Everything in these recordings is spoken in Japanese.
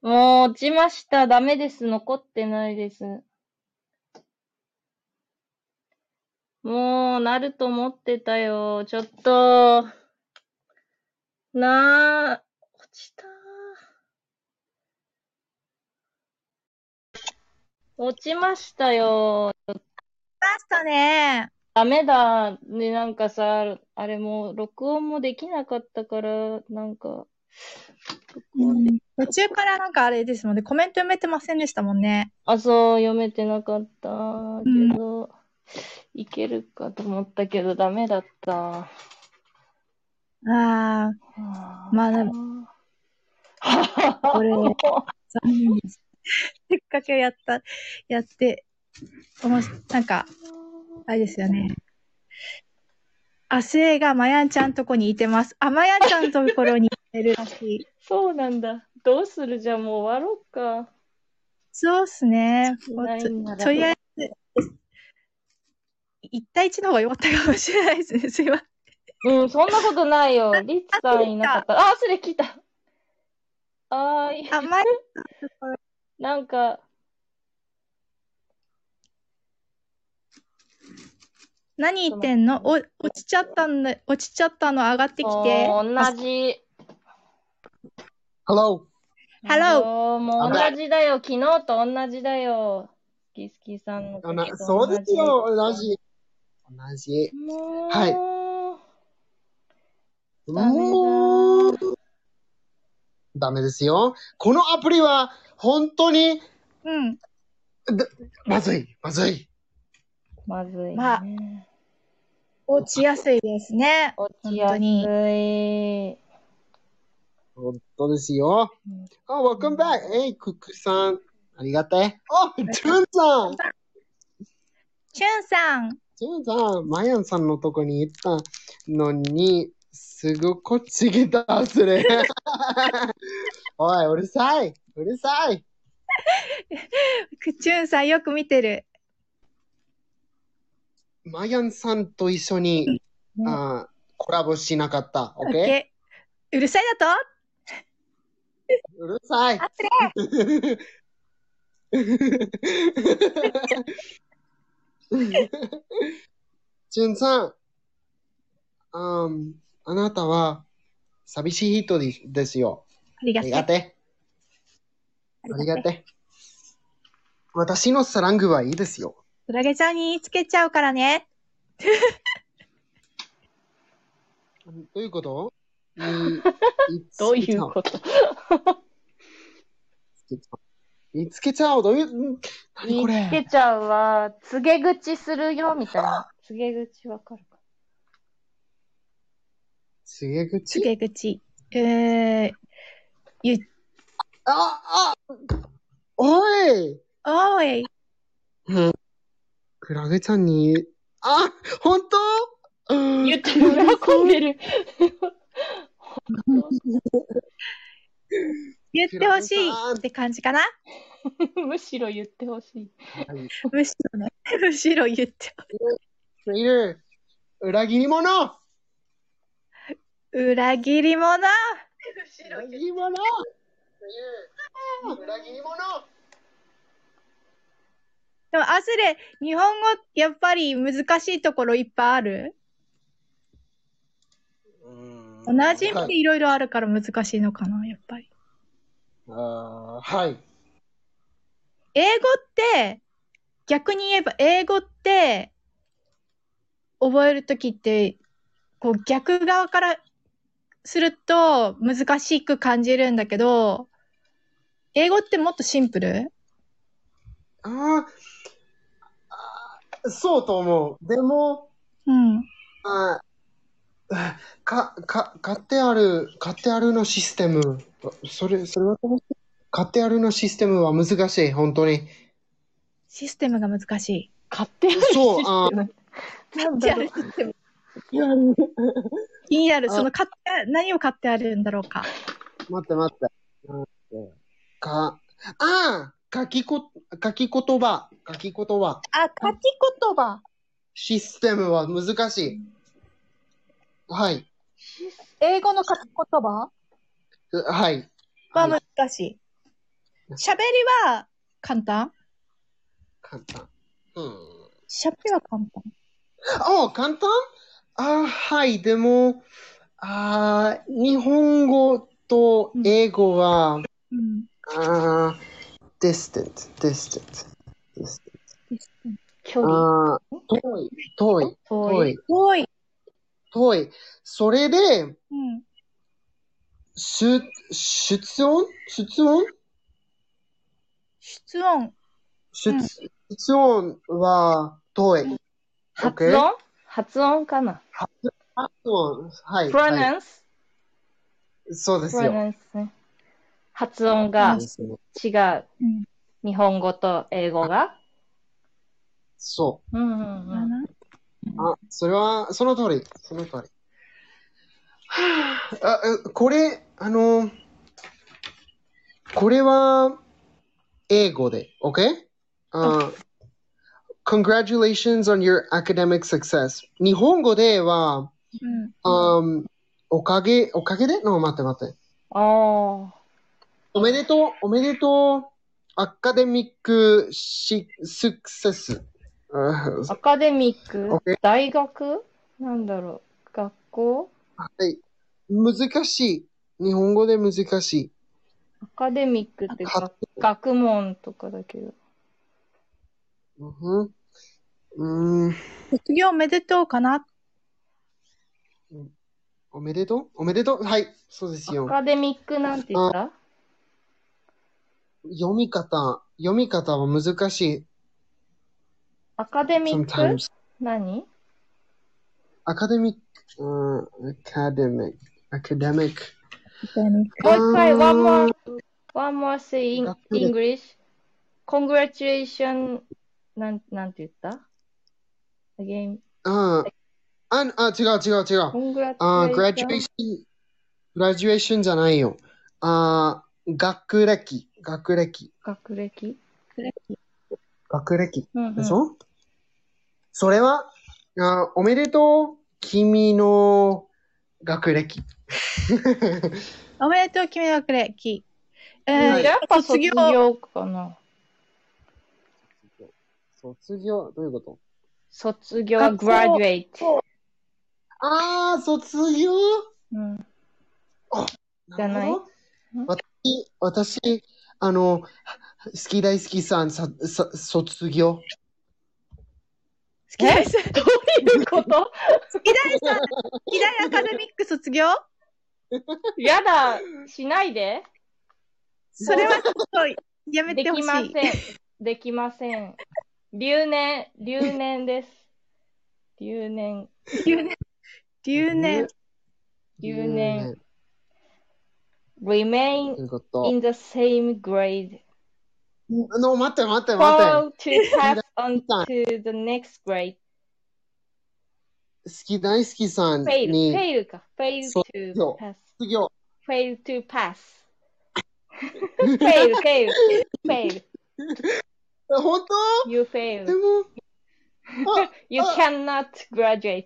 もう落ちました。ダメです。残ってないです。もう、なると思ってたよ。ちょっと、なあ、落ちた。落ちましたよ。したね。ダメだ。で、なんかさ、あれもう、録音もできなかったから、なんか、途中からなんかあれですもんね、コメント読めてませんでしたもんね。あ、そう、読めてなかったけど、いけるかと思ったけど、ダメだった。はああまあでも、あ、 これ、残念です。せっかくやった、やって、おもしなんか、あれですよね。アスエがマヤンちゃんとこにいてます。あ、マヤンちゃんのところにいてるらしい。そうなんだ。どうするじゃあもう終わろうか。そうっすね。ないんならととりあえず、1対1の方が良かったかもしれないですね。すいません。うん、そんなことないよ。リッツさんいなかった。あ、それ聞いた。あーい、あ、マヤンちゃんのところなんか、何言ってんのお落ちちゃったんだ、落ちちゃったの上がってきて。もう同じ。 Hello. ハロー。もう同じだよ。昨日と同じだよ。スキスキさんのあ時なと同じ。そうですよ。同じ。同じ。もう。はいダメだもう、ダメですよ。このアプリは、本当ー。に、うん。まずい、まずい。まずい、ね。まあ落ちやすいですね。落ちやすい。本当ですようん。あ、welcome back. えい、クックさん。ありがたい。あ、チュンさん。チュンさん。チュンさん、マヤンさんのとこに行ったのに、すぐこっち来た、そ れ。おい、うるさい。うるさい。チュンさんよく見てる。マヤンさんと一緒に、うんあーコラボしなかった。オッ OK? ケー。うるさいだとうるさい。あつれ ジュンさん、あんあなたは寂しい人でですよ。ありあがりがとう。て。ありがて。私のスラングはいいですよ。クラゲちゃんにつけちゃうからね。どういうこと うんどういうこと見つけちゃおう。どういう、ん何こ見つけれちゃうわ。告げ口するよ、みたいな。告げ口わかるか。すげ口つけ口。えー、あ、あ、おいおーい。クラゲちゃんに、あ、本当言ってる、喜んでる。言ってほしいって感じかな。 むしろ言ってほしい。むしろね。 むしろ言って。いる。裏切り者裏切り 者裏切り者裏切り者でも、アスレ、日本語、やっぱり難しいところいっぱいある同じっていろいろあるから難しいのかな、やっぱり。あーはい。英語って、逆に言えば英語って、覚えるときって、こう逆側からすると難しく感じるんだけど、英語ってもっとシンプルあーあーそうと思う。でも、うん。あーか、か、買ってある、買ってあるのシステム。それ、それは楽しい、買ってあるのシステムは難しい、本当に。システムが難しい。勝手にそう、あーなん買だってあろうるシステム気になる。その買ってあ、何を買ってあるんだろうか。待って待って。待ってか、ああ書きこ、書き言葉。書き言葉。あ、書き言葉。システムは難しい。はい。英語の書き言葉うはい。ははい難しい。喋りは簡単簡単。うん。喋りは簡単。あ、簡単あ、はい。でも、あー日本語と英語は、うん。あー distant, distant, distant. 距離あー遠い、遠い、遠遠い。い、多い。遠い。それで、うん。出、出音出音出音。出うん出音は遠い。発 OK 音発音かな発音、はい。は ?pronounce? い、そうですよ。 pronounce ね。発音が違う。うん。日本語と英語がそうんうんうん。う。あ、それは、その通り。その通り。あ、えこれ、あの、これは、英語で、OK? あ Congratulations on your academic success. 日本語では、うん。あんおかげ、おかげでの、待って待って。あおめでとう、おめでとう、アカデミックシスクセス。ああ、アカデミック、 OK 大学なんだろう、学校はい。難しい。日本語で難しい。アカデミックってか学学問とかだけど。うんうん。うーん。卒業おめでとうかな。おめでとうおめでとうはい。そうですアよ。カデミックなんて言った読み方。読み方は難しい。アカデミック sometimes. 何アカデミック。うん。アカデミック。アカデミック。もう一回、あー one more, one more say in 学部で English. Congratulation, なん、なんて言った ?again, うん。あ、あ、違う違う違う。あー、グラデュエー congratulation. ション、グラデュエーションじゃないよ。あー、学歴、学歴、学歴学歴うんうんでしょ、それは、あーおめでとう、君の学歴。おめでとう、君はくれ、き。えはー、いやっぱ卒卒業業かな。 卒業、どういうこと卒業は学校 graduate。あー、卒業うん。るほどじゃないん私、私、あの、好き大好きさん、さ、さ、卒業。好きです。好どういうこときだよ、好きだよ、アカデミック卒業やだ、しないで。それはちょっとやめでてほしきい。ません。できません。留年、留年です。留年。留年。留年。留年。remain ということ。 in the same grade の、待って待って待って。 for to pass on to the next grade. 好き大好きさん fail, に fail か。fail そ to そう pass. 卒業 fail to pass. fail, fail, fail. 本 You 当 fail. でも You cannot graduate.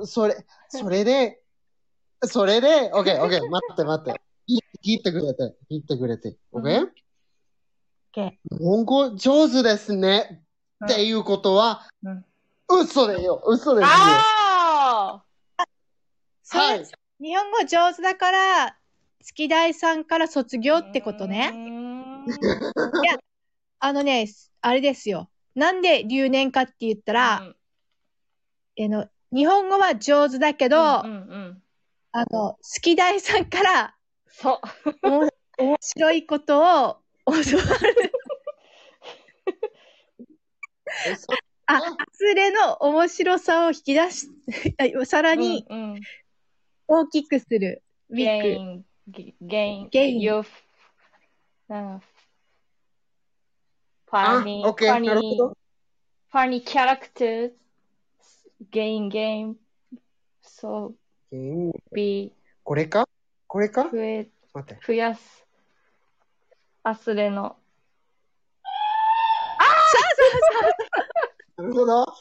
あそれそれでそれで OKOK 待って待ってい聞いてくれて聞いてくれてう OK? ん日本語上手ですねうんっていうことはうん嘘だよ嘘ですよああそうはい日本語上手だから、月大さんから卒業ってことうね。ーん。あのね、あれですよ。なんで留年かって言ったら、あの、日本語は上手だけうど、ん、うんうんうんあの、好き大さんからそう。おも面白いことを教わる。嘘あ、忘れの面白さを引き出し、 あさらにうんうん大きくする。ウィッ gain, グ。g- gain, Gain. you, f- なんかあ funny, OK なるほ funny, ど funny characters, gain, gain, so うん be これかこれか増え、待って増やす、アスレの。なるほどなる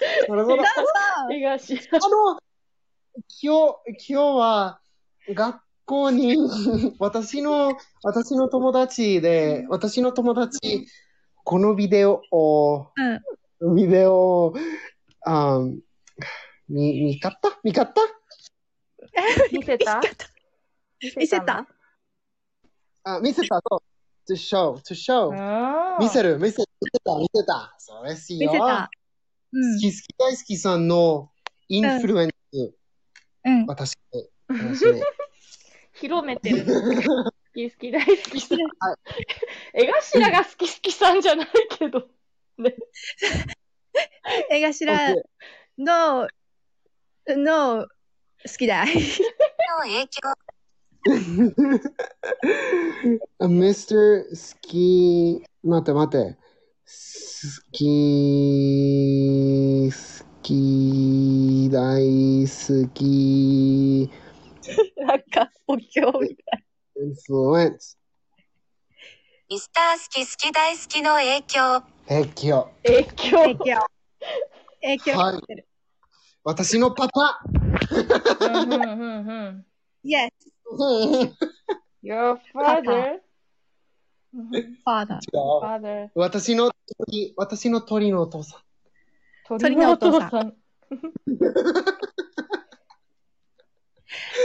ほど東。あの、今日、今日は、学校に、私の、私の友達で、私の友達、このビデオを、うん。ビデオを、あー見、見かった見かった見せた見せたあ、見せたそう。to show, to う show. ん見せる、見せ、見せた、見せた。そうですよ。見せた。好き好き大好きさんのインフルエンス、うん。うん。私、私ね広めてるの。好き好き大好きさん。江頭が好き好きさんじゃないけど。江頭の、の、好きだ。 あ Mr. 好き、待って待って。好き、好き、大好き、なんか、お経みインフルエンス、ミスター好き好き大好きの影響。影響。影たい響な。。影響。影響を受けてる。私のパパうんうんうんうん。 Yes, Your パパ father? father. 違う father. 私の鳥、私の鳥のお父さん。鳥のお父さん。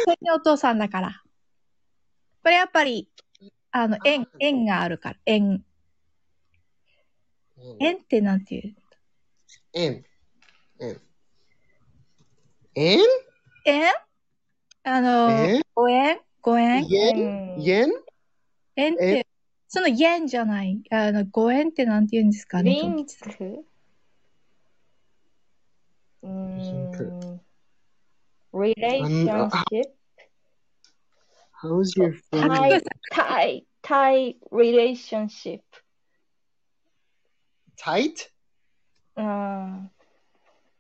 それにお父さんだから。これやっぱり、あの、縁、縁があるから。縁。縁ってなんていう円。円。円縁あの、円ご縁ご縁円円縁って、その縁じゃない。あの、ご縁ってなんて言うんですかね。リンクうーンクん。relationship? How's your あ family? は Thai, Thai, Thai relationship. Tight? うん。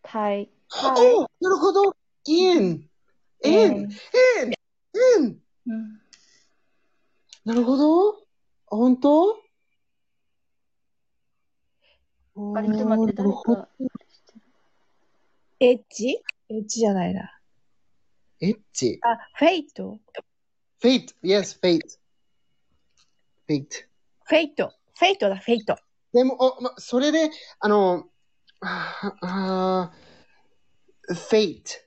Thai. おなるほど円円円円うんなるほど本当あれ、ちょっと待って、誰か。エッジエッジじゃないな。エッチ。あ、フェイト。 Fate. Yes, fate. Fate. フェイト。フェイトだ、フェイト。でも、おま、それで、あの、ああー、fate。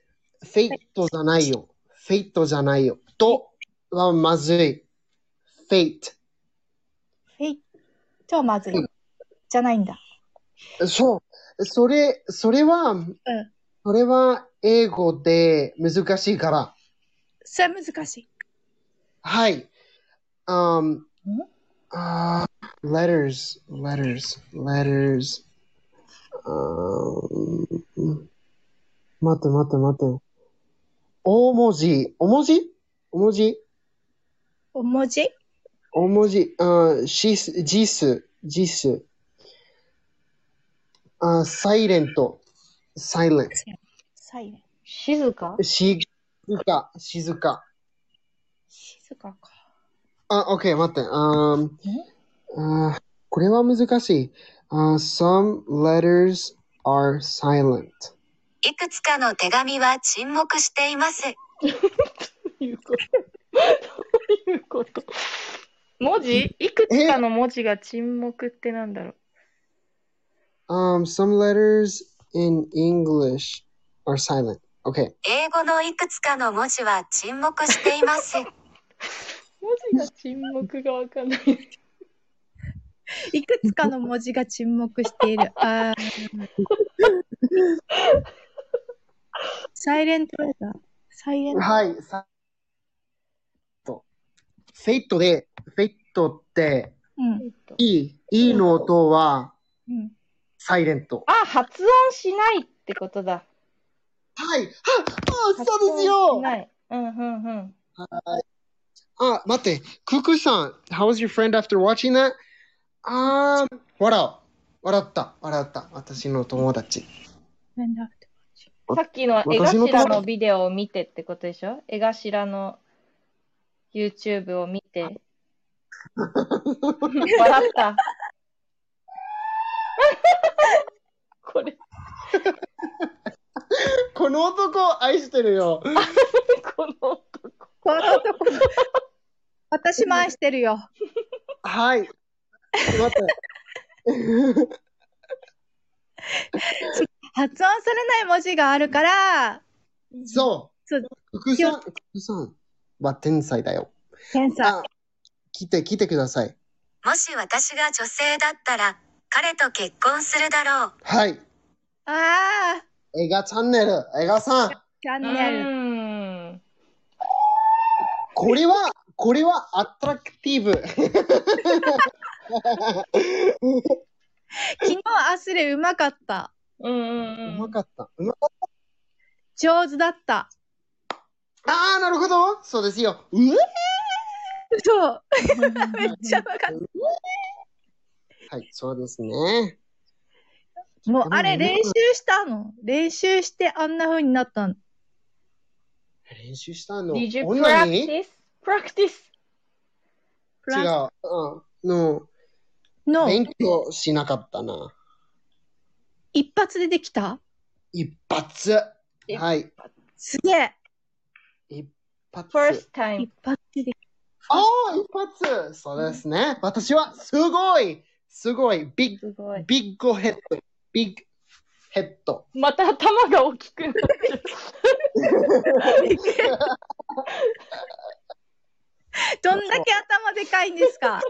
fate じゃないよ。fate じゃないよ。とはまずい。fate。フェイトはまずい。じゃないんだ。そう。それ、それは、それは英語で難しいから。それは難しい。はい。um, あー letters, letters, letters. あー待って待って待って。大文字、大文字大文字お文字大文字、あシス、ジス、ジス。あサイレント、サイレント。サイレン。静か静か、静か。静かか。あ、OK、待って。あーあーこれは難しい。あー some letters are silent. いくつかの手紙は沈黙しています。いうこと どういうこと文字いくつかの文字が沈黙ってなんだろう Um, some letters in English are silent. OK. 英語のいくつかの文字は沈黙しています。文字が沈黙がわかんない。いくつかの文字が沈黙している。あーサイレントレター。サイレント。はい。さと。フェイトで、フェイトって、うん。 E、E の音はうん。サイレント。あ、発音しないってことだ。はい。あ、あ、発そう音ですしよ。ない。うんうんうん。あ、待って。ククさん、How was your friend after watching that? あー、笑う。笑った。笑った。私の友達。なんださっきの江私の友頭達のビデオを見てってことでしょ江頭の YouTube を見 て。笑った。 これ、この男を愛してるよ。この男。このところ、 私も愛してるよ。はい。ちょっと待って。 発音されない文字があるから、そう。そう福さん、福さんは天才だよ。天才。あ来て、来てください。もし私が女性だったら、彼と結婚するだろう。はい。ああ、映画チャンネル、映画さん。チャンうネル。ーん。これは、これはアトラクティブ。昨日アスレうまかった。うんううんうまん。かった。うまかっ上手だった。た。ああ、なるほど。そうですよ。うえそう。 めっちゃうまかっはい、そうですね。た。もうあれ練習したの。練習してあんな風になったの。練習したの。 Did you 女に違う。 practice? Practice? プラうん。の、スの勉強しなかったな。一発でできた一発。えはい。すげえ。一発。 First time. 一発でできああ、一発。そうですね。私は、すごい。すごい。ビッすごグ、い。ビッグヘッド。ビッグヘッド。また頭が大きくなっちゃう。た。どんだけ頭でかいんですか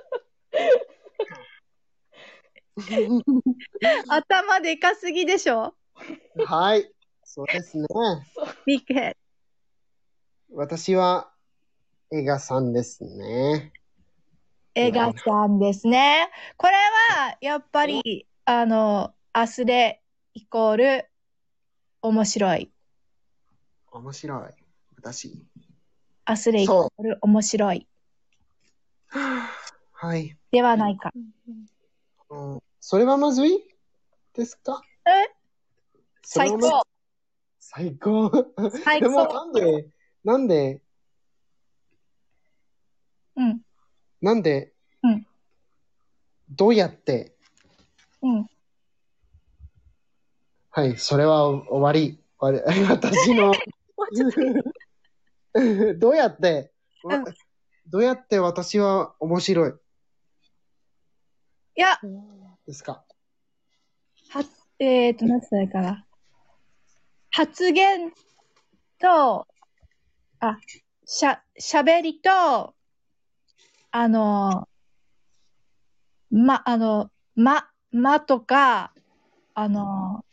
頭でかすぎでしょはい。そうですね。ビッグヘッ私は、映画さんですね。ド。映画さんですね。これは、やっぱり、あの、アスレイコール、面白い。面白い。私。アスレイコそう。ール、面白い。はい。ではないか。うん、それはまずいですかえそれ最はま高。最高。最でも高。なんで、なんで、うん。なんで、うんどうやって、うん。はい、それは終わり。終わり私 の。どうやって、うんどうやって私は面白いいや、ですかは、えっ、ー、と、何歳かな。発言と、あ、しゃ、喋りと、あの、ま、あの、ま、まとか、あの、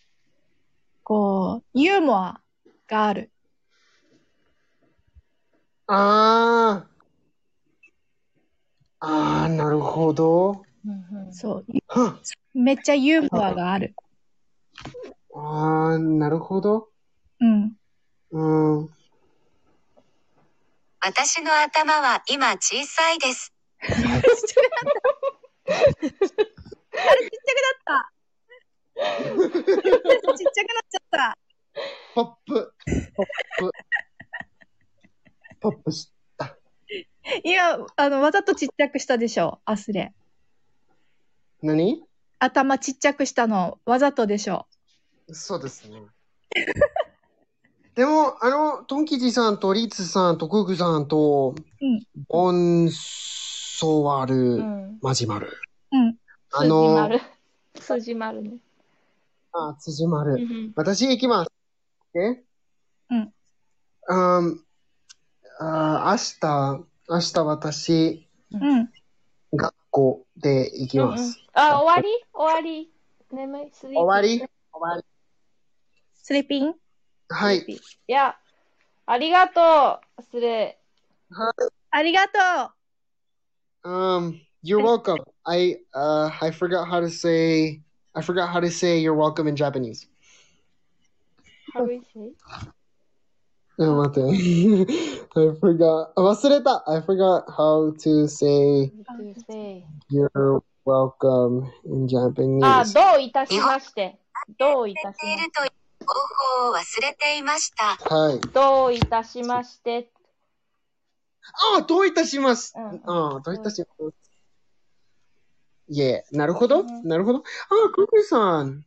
こう、ユーモアがある。あー。あー、なるほど。そう。はめっちゃユーモアがある。あー、なるほど。うん。うん。私の頭は今小さいです。ちっちゃくなっちゃった。ポップ。ポップ。ポップし。今、あの、わざとちっちゃくしたでしょ、アスレ。何頭ちっちゃくしたのわざとでしょ。そうですね。でも、あの、トンキジさんとリツさんとクークさんと、うんボンソワル、うん。マジマル。うん。あの、数字丸ね。あ、辻丸。うん私行きます。えうん。あーあー明日、明日私、うん。学校で行きうんまうんす。あ、終わり終わり眠いスリー終わり終わり。スリーピンはい。いや、ありがとう。失礼。ありがと Um, you're welcome. I uh, I forgot how to say I forgot how to say you're welcome in Japanese. How is it? うん待って。I forgot. あ忘れた I forgot how to say To say. you're welcome in あ、 Japanese. どういたしまして。どういたしいましるという方法を忘れていました。はい。て。どういたしまして。あ、どういたします。うんあ、どういたします。いえ、なるほど。なるほど。あ、ククさん。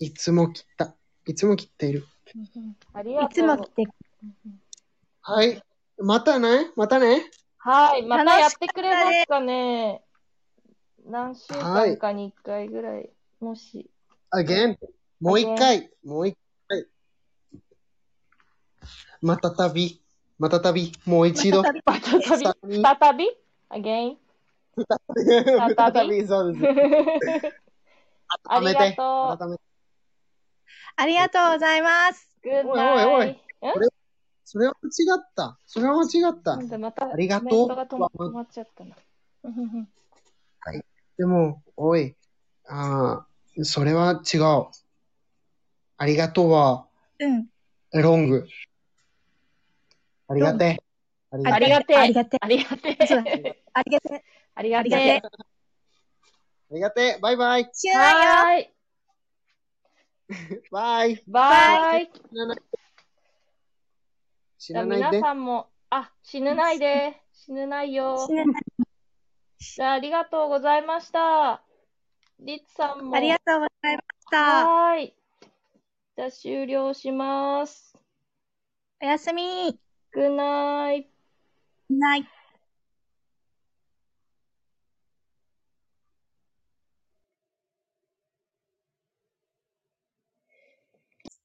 いつも来た。いつも来ている。ありう。いがとう。つも来て、はい。またね、またね。はい、またやってくれま楽すかね。何週間かに1回ぐらい、もし。 again もう一回、もう一回。またたび、またたび、もう一 度。再びまた再び再び再び ?again? 再び、そうです。 ありがと改めて。ありがとうございます。う。グッおいおいおナいイそれは間違った。それは間違ったなん。だまたありがとうコメントが止ま止まっちゃったな。でも、おい、ああ、それは違う。ありがとうは、うん。ロング。ありがてえ。ありありえ。がてえありがてありがてえ。そうだえ。ありがてえ。ありがてありえが。ありがてえ。バイバイ。知らないよ。はーい。バイ。バイ。知らない。知じゃあらない皆で。さんも、あ、死ぬないで。死ぬないよ。死ねないじゃあ、ありがとうございました。リツさんも。ありがとうございました。はーい。じゃあ、終了します。おやすみ。 Good night. ナイト。